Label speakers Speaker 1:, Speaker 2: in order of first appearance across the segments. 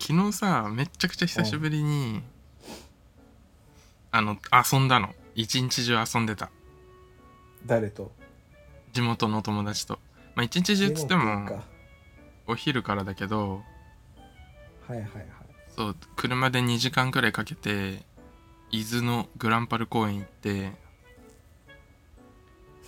Speaker 1: 昨日さめっちゃくちゃ久しぶりにあの遊んだの一日中遊んでた
Speaker 2: 誰と
Speaker 1: 地元の友達とまあ一日中っつって
Speaker 2: レモン君
Speaker 1: も
Speaker 2: か
Speaker 1: お昼からだけど
Speaker 2: はいはいはい
Speaker 1: そう車で2時間くらいかけて伊豆のグランパル公園行って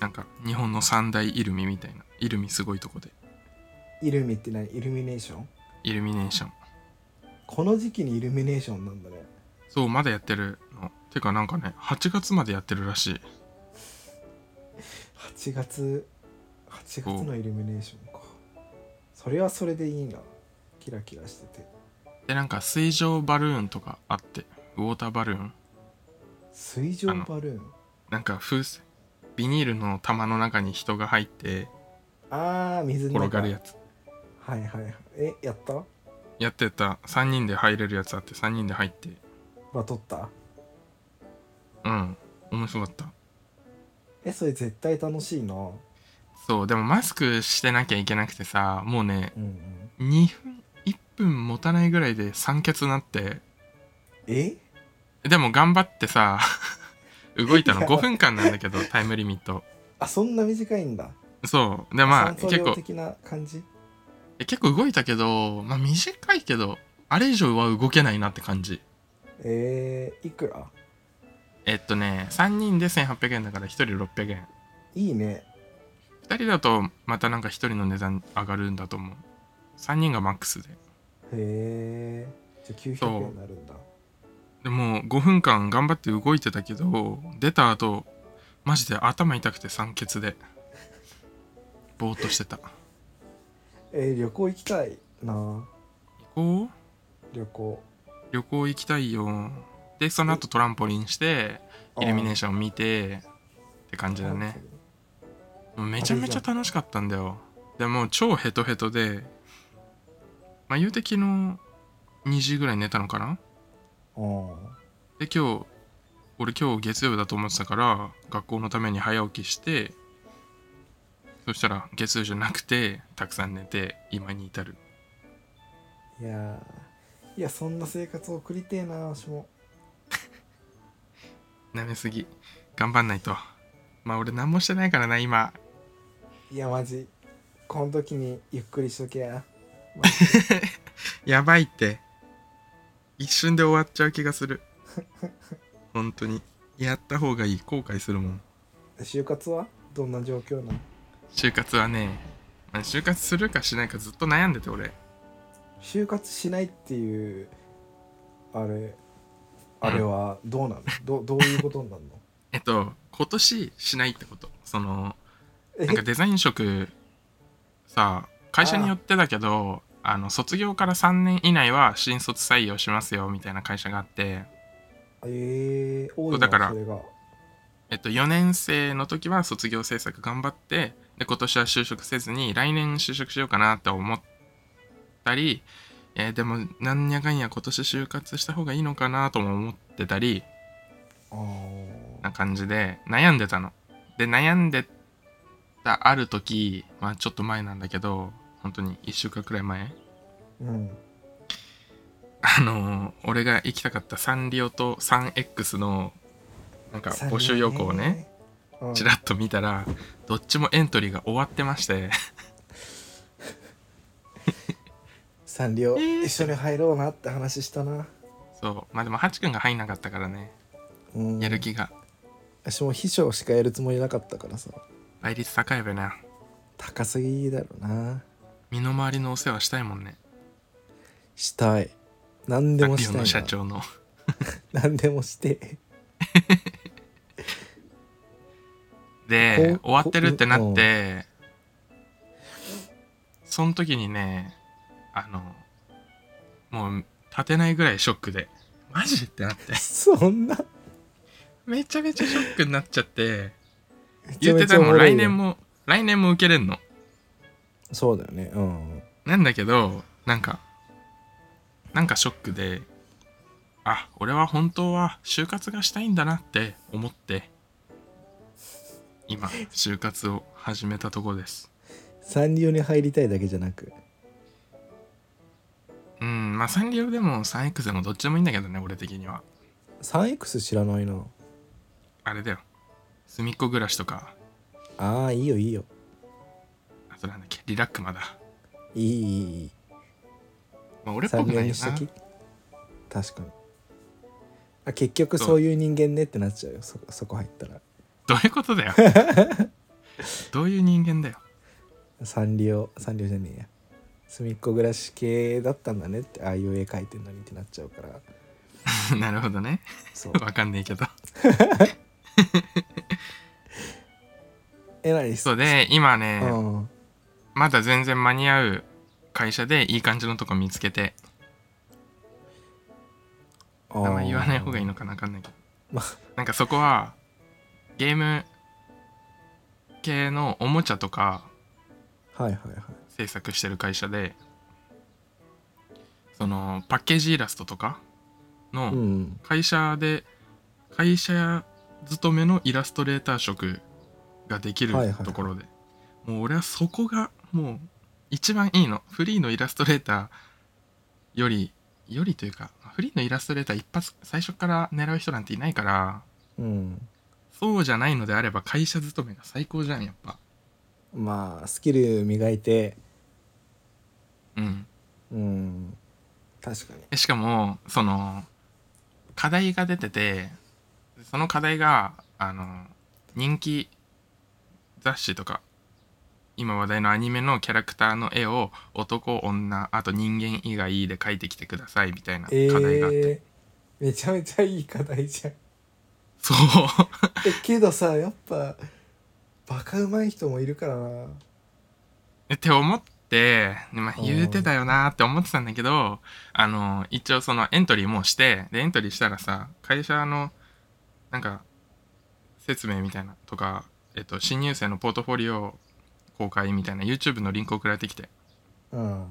Speaker 1: なんか日本の三大イルミみたいなイルミすごいとこで
Speaker 2: イルミって何イルミネーション
Speaker 1: イルミネーション
Speaker 2: この時期にイルミネーションなんだね
Speaker 1: そうまだやってるのてかなんかね8月までやってるらしい
Speaker 2: 8月8月のイルミネーションかそれはそれでいいなキラキラしてて
Speaker 1: でなんか水上バルーンとかあってウォーターバルーン
Speaker 2: 水上バルーン
Speaker 1: なんか風船ビニールの玉の中に人が入って
Speaker 2: ああー水の
Speaker 1: 転がる
Speaker 2: 中はい
Speaker 1: やつ
Speaker 2: はいはいえやった
Speaker 1: やってた3人で入れるやつあって3人で入って
Speaker 2: バトった
Speaker 1: うん面白かった
Speaker 2: えそれ絶対楽しいなうん
Speaker 1: そうでもマスクしてなきゃいけなくてさもうね
Speaker 2: うん
Speaker 1: 2分1分持たないぐらいで酸欠になって
Speaker 2: え
Speaker 1: でも頑張ってさ 動いたの
Speaker 2: いや
Speaker 1: 5分間なんだけどタイムリミット
Speaker 2: あそんな短いんだ
Speaker 1: そうでまあ
Speaker 2: 酸素
Speaker 1: 結
Speaker 2: 量
Speaker 1: 構
Speaker 2: 的な感じ
Speaker 1: え結構動いたけど、まあ、短いけどあれ以上は動けないなって感じ
Speaker 2: えー、いくら
Speaker 1: えっとね3人で1800円だから1人600円
Speaker 2: いいね
Speaker 1: 2人だとまたなんか1人の値段上がるんだと思う3人がマックスで
Speaker 2: へえじゃあ900円になるんだ
Speaker 1: でも5分間頑張って動いてたけど出た後マジで頭痛くて酸欠でぼーっとしてた
Speaker 2: えー、旅行行きたいな
Speaker 1: 行こう
Speaker 2: 旅行
Speaker 1: 旅行行きたいよでその後トランポリンしてイルミネーション見てって感じだねもうめちゃめちゃ楽しかったんだよでもう超ヘトヘトでまあ言うて昨日2時ぐらい寝たのかな
Speaker 2: うんうん
Speaker 1: で今日俺今日月曜日だと思ってたから学校のために早起きしてそしたら月曜じゃなくてたくさん寝て今に至る
Speaker 2: いやーいやそんな生活を送りてえな私も
Speaker 1: なめすぎ頑張んないとまあ俺何もしてないからな今
Speaker 2: いやマジこの時にゆっくりしとけや
Speaker 1: やばいって一瞬で終わっちゃう気がする本当にやった方がいい後悔するもん
Speaker 2: 就活はどんな状況なの
Speaker 1: 就活はねまあ就活するかしないかずっと悩んでて俺
Speaker 2: 就活しないっていうあれあれはどうなの、どどういうことになるの
Speaker 1: えっと今年しないってことその
Speaker 2: え
Speaker 1: なんかデザイン職さ会社によってだけどあの卒業から3年以内は新卒採用しますよみたいな会社があって、
Speaker 2: えー、
Speaker 1: そ
Speaker 2: 多いな
Speaker 1: うだから
Speaker 2: それが
Speaker 1: えっと、4年生の時は卒業制作頑張ってで今年は就職せずに来年就職しようかなって思ったり、えーでもなんやかんや今年就活した方がいいのかなとも思ってたり
Speaker 2: あー
Speaker 1: な感じで悩んでたの。で悩んでたある時、まあ、ちょっと前なんだけど本当に1週間くらい前
Speaker 2: うん
Speaker 1: あのー俺が行きたかったサンリオとサン X のなんか募集要項をね、
Speaker 2: うん
Speaker 1: ちらっと見たらどっちもエントリーが終わってまして
Speaker 2: サンリオ、
Speaker 1: えー
Speaker 2: 一緒に入ろうなって話したな、
Speaker 1: そうまあでもハチくんが入んなかったからね
Speaker 2: うん、
Speaker 1: やる気が
Speaker 2: 私も秘書しかやるつもりなかったからさ
Speaker 1: 倍率高いべな
Speaker 2: 高すぎだろうな
Speaker 1: 身の回りのお世話したいもんね
Speaker 2: したい何で
Speaker 1: サン
Speaker 2: も
Speaker 1: リ
Speaker 2: し
Speaker 1: オ
Speaker 2: た
Speaker 1: の
Speaker 2: い
Speaker 1: 社
Speaker 2: な
Speaker 1: 長の
Speaker 2: 何でもして
Speaker 1: で
Speaker 2: こ
Speaker 1: 終わってるってなってその時にねあのもう立てないぐらいショックでマジってなって
Speaker 2: そんな
Speaker 1: めちゃめちゃショックになっちゃって
Speaker 2: めち
Speaker 1: 言
Speaker 2: ゃ
Speaker 1: っ
Speaker 2: め
Speaker 1: て
Speaker 2: ちゃ
Speaker 1: た
Speaker 2: お
Speaker 1: の
Speaker 2: も
Speaker 1: も
Speaker 2: ろい
Speaker 1: 来
Speaker 2: よ
Speaker 1: 年も来年も受けれんの
Speaker 2: そうだよねうん
Speaker 1: なんだけど、なんか、なんかショックで、あ、俺は本当は就活がしたいんだなって思って、今、就活を始めたとこです。
Speaker 2: サンリオに入りたいだけじゃなく
Speaker 1: ううんまあサンリオでも 3X でもどっちでもいいんだけどね俺的には
Speaker 2: 3X 知らないな
Speaker 1: あれだよ隅っこ暮らしとか
Speaker 2: ああいいよいいよ
Speaker 1: あとなんだっけリラックマだ、
Speaker 2: いいいいいい
Speaker 1: まあ、俺っ
Speaker 2: サ
Speaker 1: ぽ
Speaker 2: ン
Speaker 1: く
Speaker 2: リ
Speaker 1: な
Speaker 2: オ
Speaker 1: い
Speaker 2: に
Speaker 1: よ
Speaker 2: しと
Speaker 1: な
Speaker 2: き確かにあ結局そういう人間ねってなっちゃうよそそこ入ったら
Speaker 1: どういうこと だよどういう人間だよ
Speaker 2: サンリオサンリオじゃねえや隅っこ暮らし系だったんだねってああいう絵描いてんのにってなっちゃうから
Speaker 1: なるほどね
Speaker 2: そう
Speaker 1: わかんねえけど
Speaker 2: えなに
Speaker 1: そうで今ね、
Speaker 2: うん
Speaker 1: まだ全然間に合う会社でいい感じのとこ見つけて
Speaker 2: あ
Speaker 1: あんま
Speaker 2: ー
Speaker 1: 言わない方がいいのかなわかんないけど、
Speaker 2: ま
Speaker 1: なんかそこはゲーム系のおもちゃとか
Speaker 2: はいはいはい
Speaker 1: 制作してる会社でそのパッケージイラストとか
Speaker 2: うんう
Speaker 1: の
Speaker 2: ん
Speaker 1: 会社で会社勤めのイラストレーター職ができる
Speaker 2: はいはいはい
Speaker 1: ところで、もう俺はそこがもう一番いいのフリーのイラストレーターよりよりというかフリーのイラストレーター一発最初から狙う人なんていないから
Speaker 2: うん
Speaker 1: そうじゃないのであれば会社勤めが最高じゃんやっぱ
Speaker 2: まあスキル磨いて
Speaker 1: うん
Speaker 2: うん確かに
Speaker 1: えしかもその課題が出ててその課題があの人気雑誌とか今話題のアニメのキャラクターの絵を男女あと人間以外で描いてきてくださいみたいな課
Speaker 2: え
Speaker 1: 題があって、
Speaker 2: ー、めちゃめちゃいい課題じゃん
Speaker 1: そう
Speaker 2: えけどさやっぱバカうまい人もいるからな
Speaker 1: って思って、でまあ、
Speaker 2: うん
Speaker 1: 言うてたよなーって思ってたんだけどあの一応そのエントリーもしてでエントリーしたらさ会社のなんか説明みたいなとか、えっと、新入生のポートフォリオ公開みたいな YouTube のリンク送られてきて
Speaker 2: うん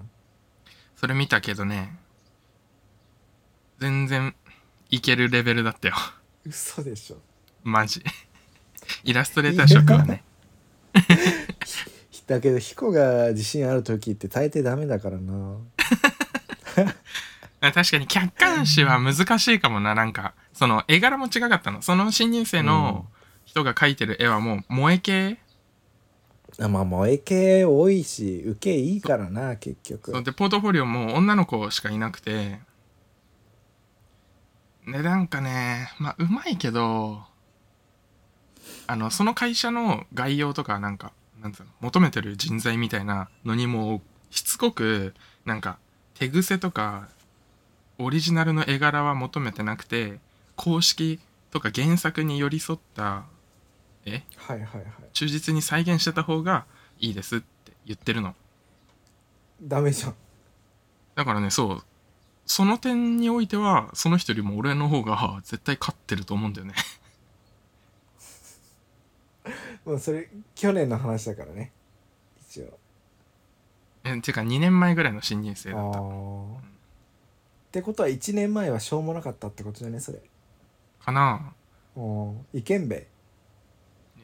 Speaker 1: それ見たけどね全然いけるレベルだったよ
Speaker 2: 嘘でしょ
Speaker 1: マジイラストレーター職は ね
Speaker 2: だけど彦が自信ある時って大抵ダメだからな
Speaker 1: あ確かに客観視は難しいかもななんかその絵柄も違かったのその新入生の人が描いてる絵はもう萌え系
Speaker 2: あまあ萌え系多いし受けいいからな結局
Speaker 1: そうでポートフォリオも女の子しかいなくてでなんかねまあうまいけどあのその会社の概要とかなんかなんつうの求めてる人材みたいなのにもうしつこくなんか手癖とかオリジナルの絵柄は求めてなくて公式とか原作に寄り添ったえ
Speaker 2: はいはいはい
Speaker 1: 忠実に再現してた方がいいですって言ってるの。
Speaker 2: ダメじゃん
Speaker 1: だからね、そう。その点においては、その人よりも俺の方が絶対勝ってると思うんだよね。
Speaker 2: もうそれ去年の話だからね一応
Speaker 1: えてか2年前ぐらいの新入生だ
Speaker 2: あ
Speaker 1: った。
Speaker 2: ーってことは1年前はしょうもなかったってことじゃねそれ
Speaker 1: かな
Speaker 2: おいけんべ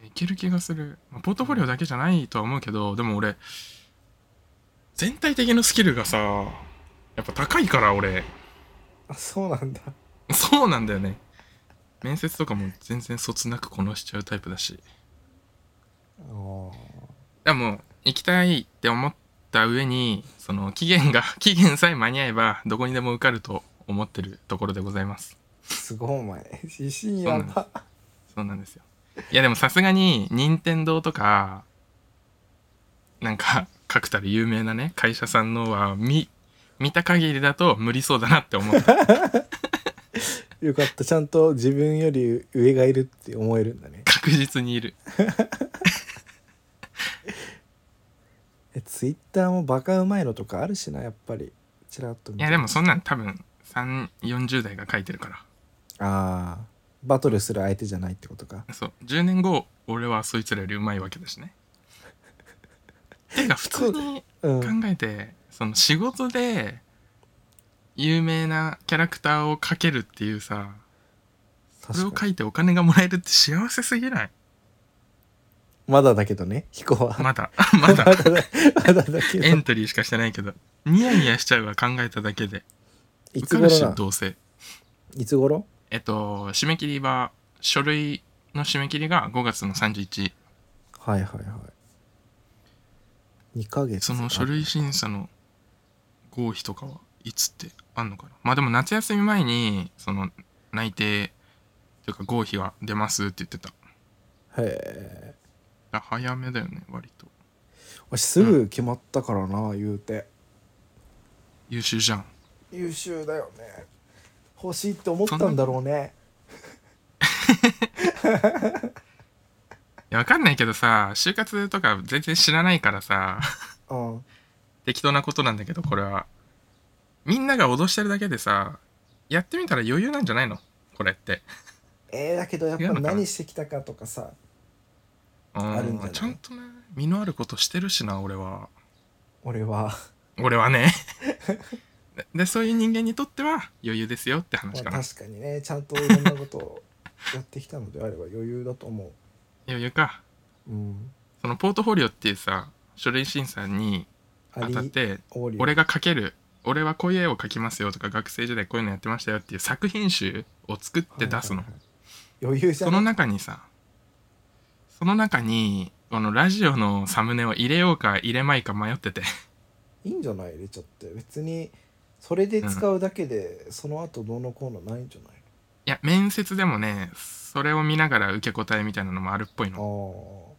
Speaker 1: いける気がする。まあ、ポートフォリオだけじゃないとは思うけど、でも俺、全体的なスキルがさ、やっぱ高いから俺、
Speaker 2: あそうなんだ
Speaker 1: そうなんだよね。面接とかも全然そつなくこなしちゃうタイプだし。
Speaker 2: お
Speaker 1: でも、行きたいって思った上に、その期限が、 期限さえ間に合えば、どこにでも受かると思ってるところでございます。
Speaker 2: すごいお前自信やば
Speaker 1: そうなんですよ。いや、でもさすがに、任天堂とか、なんか、確たる有名なね、会社さんのは、見、見た限りだと無理そうだなって思った。
Speaker 2: よかったちゃんと自分より上がいるって思えるんだね
Speaker 1: 確実にいる。
Speaker 2: えツイッターもバカうまいのとかあるしなやっぱりちらっと見
Speaker 1: いや、でもそんなん多分、3、40代が書いてるから。
Speaker 2: ああバトルする相手じゃないってことか
Speaker 1: そう10年後俺はそいつらよりうまいわけだしね。てか普通に
Speaker 2: うん
Speaker 1: 考えてその仕事で有名なキャラクターを描けるっていうさそれを
Speaker 2: 確か
Speaker 1: 描
Speaker 2: に
Speaker 1: いてお金がもらえるって幸せすぎ ない
Speaker 2: まだだけどね彦は
Speaker 1: まだ まだ
Speaker 2: まだだまだだけ
Speaker 1: エ
Speaker 2: ど
Speaker 1: ントリーしかしてないけどニヤニヤしちゃうわ考えただけで
Speaker 2: い
Speaker 1: 受
Speaker 2: つ
Speaker 1: かる
Speaker 2: 頃
Speaker 1: し
Speaker 2: な
Speaker 1: どうせ
Speaker 2: いつ頃
Speaker 1: えっと締め切りは書類の締め切りが5月の31
Speaker 2: はいはいはい2ヶ月
Speaker 1: その書類審査の合否とかはいつってあんのかなまあでも夏休み前にその内定というか合否が出ますって言ってた
Speaker 2: へえ
Speaker 1: あ早めだよね割と
Speaker 2: わしすぐ決まったからな、言うて
Speaker 1: 優秀じゃん
Speaker 2: 優秀だよね欲しいって思ったんだろうね
Speaker 1: いやわかんないけどさ就活とか全然知らないからさ
Speaker 2: うん
Speaker 1: 適当なことなんだけどこれはみんなが脅してるだけでさやってみたら余裕なんじゃないのこれって
Speaker 2: えー、だけどやっ
Speaker 1: 違う
Speaker 2: ぱ
Speaker 1: のかな
Speaker 2: 何してきたかとかさ
Speaker 1: うん
Speaker 2: あるんじゃない
Speaker 1: ちゃんとね身のあることしてるしな俺は
Speaker 2: 俺は
Speaker 1: 俺は ねででそういう人間にとっては余裕ですよって話か
Speaker 2: ま
Speaker 1: な
Speaker 2: あ確かにねちゃんといろんなことをやってきたのであれば余裕だと思
Speaker 1: 余裕か
Speaker 2: ううん
Speaker 1: そのポートフォリオっていうさ書類審査に
Speaker 2: あ
Speaker 1: 当
Speaker 2: り
Speaker 1: たって
Speaker 2: オリ
Speaker 1: 俺が描ける俺はこういう絵を描きますよとか学生時代こういうのやってましたよっていう作品集を作って出すの、
Speaker 2: はいはいはい余裕じゃ
Speaker 1: そ
Speaker 2: な
Speaker 1: の
Speaker 2: い
Speaker 1: 中にさその中にこのラジオのサムネを入れようか入れまいか迷ってて
Speaker 2: いいんじゃない入れちゃって別にそれで使うだけで、その後どうのこうのないんじゃない
Speaker 1: いや面接でもねそれを見ながら受け答えみたいなのもあるっぽいの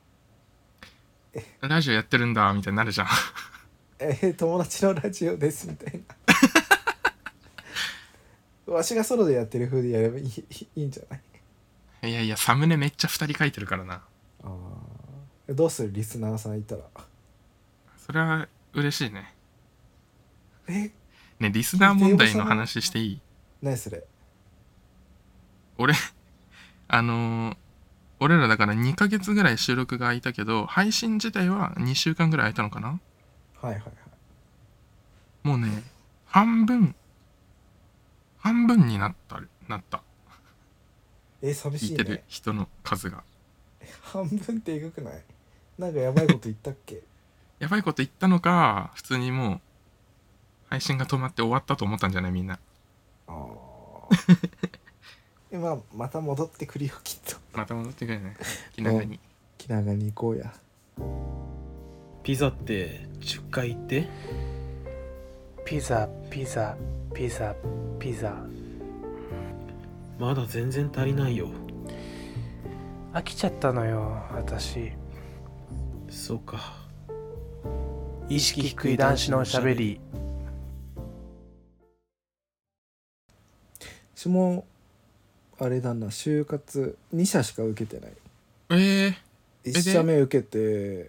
Speaker 2: の
Speaker 1: ラジオやってるんだみたいになるじゃん
Speaker 2: あーえー友達のラジオですみたい なわしがソロでやってる風でやればいいいいんじゃない
Speaker 1: いやいやサムネめっちゃ2人書いてるからな
Speaker 2: あーどうするリスナーさんいたら
Speaker 1: それは嬉しいね
Speaker 2: え
Speaker 1: ねリスナー問題の話していい
Speaker 2: 何それ
Speaker 1: 俺あのー俺らだから2ヶ月ぐらい収録が空いたけど配信自体は2週間ぐらい空いたのかな
Speaker 2: はいはいはい
Speaker 1: もうね半分半分になったなった
Speaker 2: えー寂し
Speaker 1: 聞
Speaker 2: い
Speaker 1: いてる
Speaker 2: ね
Speaker 1: 人の数が
Speaker 2: 半分ってえぐくないなんかやばいこと言ったっけ
Speaker 1: やばいこと言ったのか普通にもう配信が止まって終わったと思ったんじゃないみんな
Speaker 2: ああ 今また戻ってくるよきっと
Speaker 1: また戻ってくるね気長に
Speaker 2: 気長に行こうや
Speaker 3: ピザって10回言って
Speaker 4: ピザピザピザピザ
Speaker 3: まだ全然足りないよ
Speaker 4: 飽きちゃったのよ私
Speaker 3: そうか
Speaker 4: 意識低い男子のしゃべり
Speaker 2: 私もあれだな就活2社しか受けてない
Speaker 1: えで
Speaker 2: 1社目受けて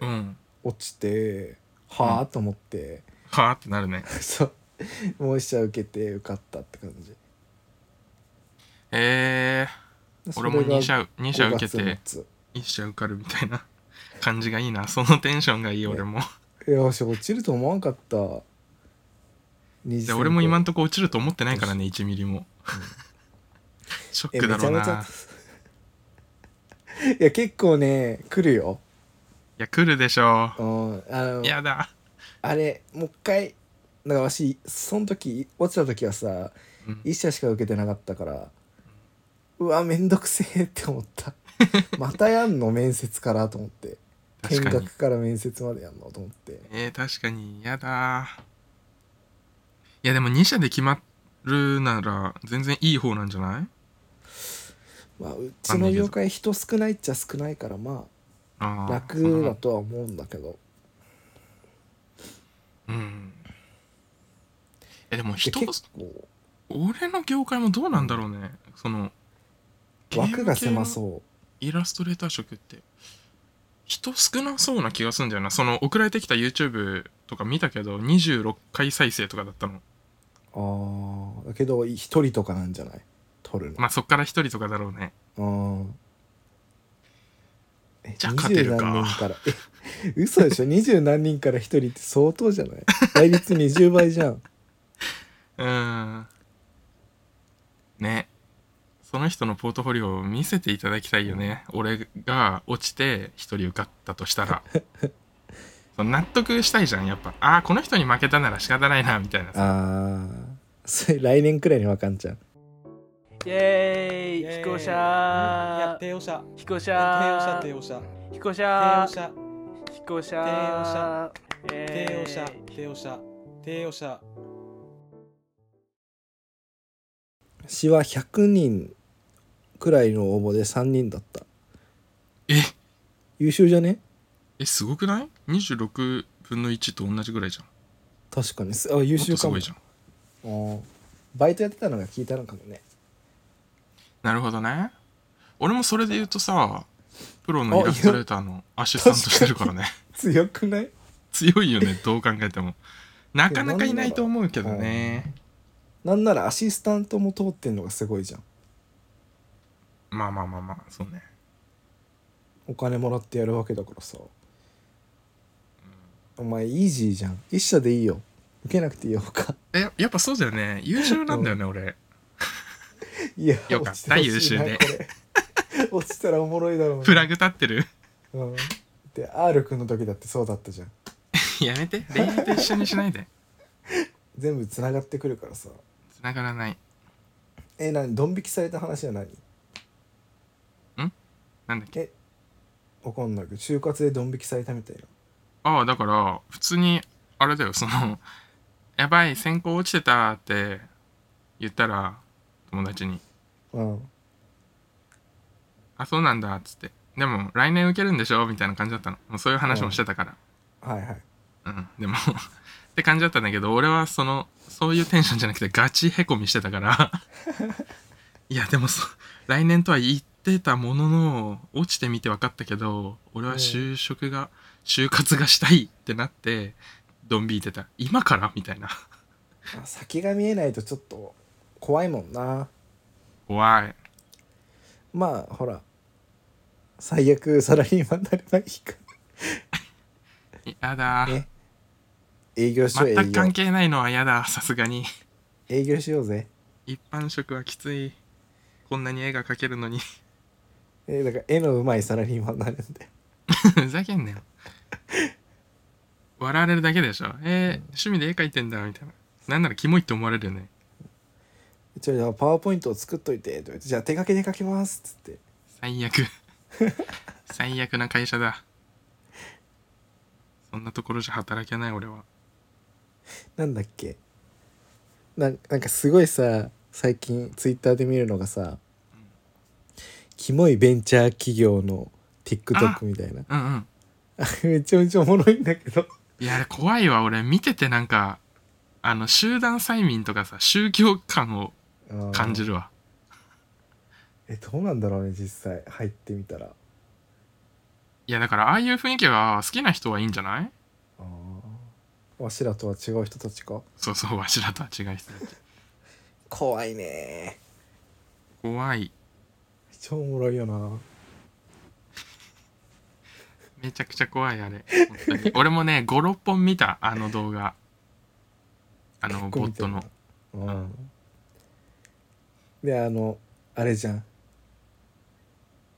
Speaker 1: ー、うん
Speaker 2: 落ちてはあと思って、
Speaker 1: はあってなるね
Speaker 2: そうもう1社受けて受かったって感じ
Speaker 1: えー、俺も2社二社受け
Speaker 2: 5
Speaker 1: て
Speaker 2: 月末
Speaker 1: 1社受かるみたいな感じがいいなそのテンションがいい俺も
Speaker 2: いや私落ちると思わんかった二次
Speaker 1: で
Speaker 2: 選考
Speaker 1: 俺も今んとこ落ちると思ってないからね1ミリもショ
Speaker 2: え
Speaker 1: ックだろう
Speaker 2: めちゃ
Speaker 1: な
Speaker 2: めちゃ いや結構ね来るよ、
Speaker 1: いや来るでしょ
Speaker 2: うん、あの
Speaker 1: やだ
Speaker 2: あれもう一回なんかわしその時落ちた時はさ
Speaker 1: うん
Speaker 2: 一社しか受けてなかったからうわめんどくせえって思った またやんの面接からと思って見
Speaker 1: 確かに
Speaker 2: 学から面接までやんのと思って
Speaker 1: えー、確かにやだいやでも2社で決まるなら全然いい方なんじゃない
Speaker 2: まあうちの業界人少ないっちゃ少ないからま
Speaker 1: あ
Speaker 2: あ
Speaker 1: ー
Speaker 2: 楽だとは思うんだけど
Speaker 1: うんえでも
Speaker 2: で
Speaker 1: 人
Speaker 2: 結構
Speaker 1: 俺の業界もどうなんだろうねその
Speaker 2: 枠が狭
Speaker 1: う
Speaker 2: そ
Speaker 1: イラストレーター職って人少なそうな気がするんだよなその送られてきた YouTube とか見たけど26回再生とかだったの
Speaker 2: うああだけど一人とかなんじゃない取るの
Speaker 1: まあそっから1人とかだろうね
Speaker 2: うんえ
Speaker 1: じゃあ勝てるか
Speaker 2: 20何人からえ嘘でしょ二十何人から一人って相当じゃない 倍率20倍じゃん
Speaker 1: うーんねその人のポートフォリオを見せていただきたいよね俺が落ちて1人受かったとしたらその納得したいじゃんやっぱああこの人に負けたなら仕方ないなみたいなさ
Speaker 2: ああそれ来年くらいにわかんじゃん
Speaker 4: イエ
Speaker 5: イエ
Speaker 4: ーイ
Speaker 5: ーイ
Speaker 4: 飛行車
Speaker 5: や帝王者
Speaker 4: 飛行
Speaker 5: 帝王者
Speaker 4: 車
Speaker 5: 帝王者
Speaker 4: 飛行
Speaker 5: 帝王
Speaker 4: 車
Speaker 5: 者
Speaker 4: 飛行車
Speaker 5: 帝王者
Speaker 4: イエーイ
Speaker 5: 帝王者帝王者
Speaker 2: 詩は100人くらいの応募で3人だった
Speaker 1: え
Speaker 2: 優秀じゃね
Speaker 1: えすごくない ?26 分の1と同じぐらいじゃん
Speaker 2: 確かにすあ優
Speaker 1: もっと
Speaker 2: 秀
Speaker 1: す
Speaker 2: かも
Speaker 1: ごいじゃん
Speaker 2: あーバイトやってたのが聞いたのかもね
Speaker 1: なるほどね俺もそれで言うとさプロのイラストレーターのアシスタントしてるからね
Speaker 2: 強くない
Speaker 1: 強いよねどう考えてもなかなかいないと思うけどね
Speaker 2: なんならアシスタントも通ってんのがすごいじゃん
Speaker 1: まあまあまあまあそうね
Speaker 2: お金もらってやるわけだからさお前イージーじゃん一社でいいよ受けなくていい よ他
Speaker 1: えやっぱそうだよね優秀なんだよね俺
Speaker 2: いや
Speaker 1: よかった
Speaker 2: 落ちてほしいな
Speaker 1: 優秀で
Speaker 2: これ 落ちたらおもろいだろうな
Speaker 1: フラグ立ってる
Speaker 2: うん、で R 君の時だってそうだったじゃん
Speaker 1: やめて恋愛と一緒にしないで
Speaker 2: 全部つながってくるからさ
Speaker 1: 繋がらない
Speaker 2: え何ドン引きされた話は何
Speaker 1: なんだっけ
Speaker 2: わかんないけど就活でドン引きされたみたいな
Speaker 1: ああだから普通にあれだよその「やばい選考落ちてた」って言ったら友達に
Speaker 2: うん
Speaker 1: 「あそうなんだ」っつって「でも来年受けるんでしょ?」みたいな感じだったのもうそういう話もしてたから
Speaker 2: はいはい
Speaker 1: うんでも って感じだったんだけど俺はそのそういうテンションじゃなくてガチへこみしてたから いやでもそ来年とは言ってたものの落ちてみて分かったけど俺は就職が、就活がしたいってなってドン引いてた今からみたいな
Speaker 2: あ先が見えないとちょっと怖いもんな
Speaker 1: 怖い
Speaker 2: まあほら最悪サラリーマンになればいいか
Speaker 1: やだ
Speaker 2: ね営業しよう営
Speaker 1: 全く
Speaker 2: 業
Speaker 1: 関係ないのはやださすがに
Speaker 2: 営業しようぜ
Speaker 1: 一般職はきついこんなに絵が描けるのに
Speaker 2: えだから絵のうまいサラリーマンになるんで
Speaker 1: ふざけんな よ笑われるだけでしょえー趣味で絵描いてんだみたいななんならキモいって思われるよね
Speaker 2: じゃあパワーポイントを作っといてとか言ってじゃあ手書きで書きますっつって
Speaker 1: 最悪最悪な会社だそんなところじゃ働けない俺は
Speaker 2: なんだっけなんなんかすごいさ最近ツイッターで見るのがさキモいベンチャー企業の TikTok みたいな
Speaker 1: うんうん
Speaker 2: あれめちゃめちゃおもろいんだけど
Speaker 1: いやあれ怖いわ俺見ててなんかあの集団催眠とかさ宗教感を 感じ
Speaker 2: る
Speaker 1: るわ
Speaker 2: えどうなんだろうね実際入ってみたら
Speaker 1: いやだからああいう雰囲気が好きな人はいいんじゃない
Speaker 2: あーわしらとは違う人たちか
Speaker 1: そうそうわしらとは違い人たち
Speaker 2: 怖いね
Speaker 1: 怖い
Speaker 2: 超おもろいよな
Speaker 1: めちゃくちゃ怖いあれ本当に俺もね56本見たあの動画あのボットの
Speaker 2: うん、であのあれじゃん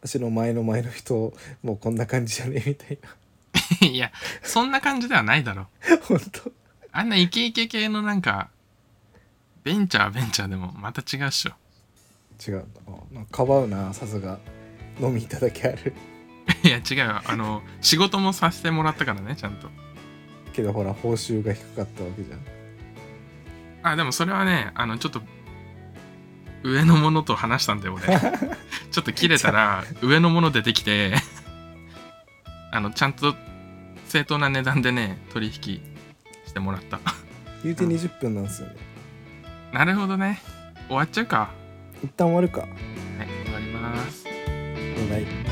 Speaker 2: 私の前の前の人もうこんな感じじゃねみたい
Speaker 1: いやそんな感じではないだろ
Speaker 2: な 本当
Speaker 1: あんなイケイケ系のなんかベンチャーはベンチャーでもまた違うっしょ
Speaker 2: 違うんだあなんかかばうなさすが飲みいただけある
Speaker 1: いや違うよあの仕事もさせてもらったからねちゃんと
Speaker 2: けどほら報酬が低かったわけじゃん
Speaker 1: あでもそれはねあのちょっと上のものと話したんだよ俺ちょっと切れたら上のもの出てきて あのちゃんと正当な値段でね取引してもらった
Speaker 2: 言うて20分なんですよね
Speaker 1: なるほどね終わっちゃうかは
Speaker 2: 一旦終わる
Speaker 1: い
Speaker 2: か
Speaker 1: 終わります
Speaker 2: バイバイ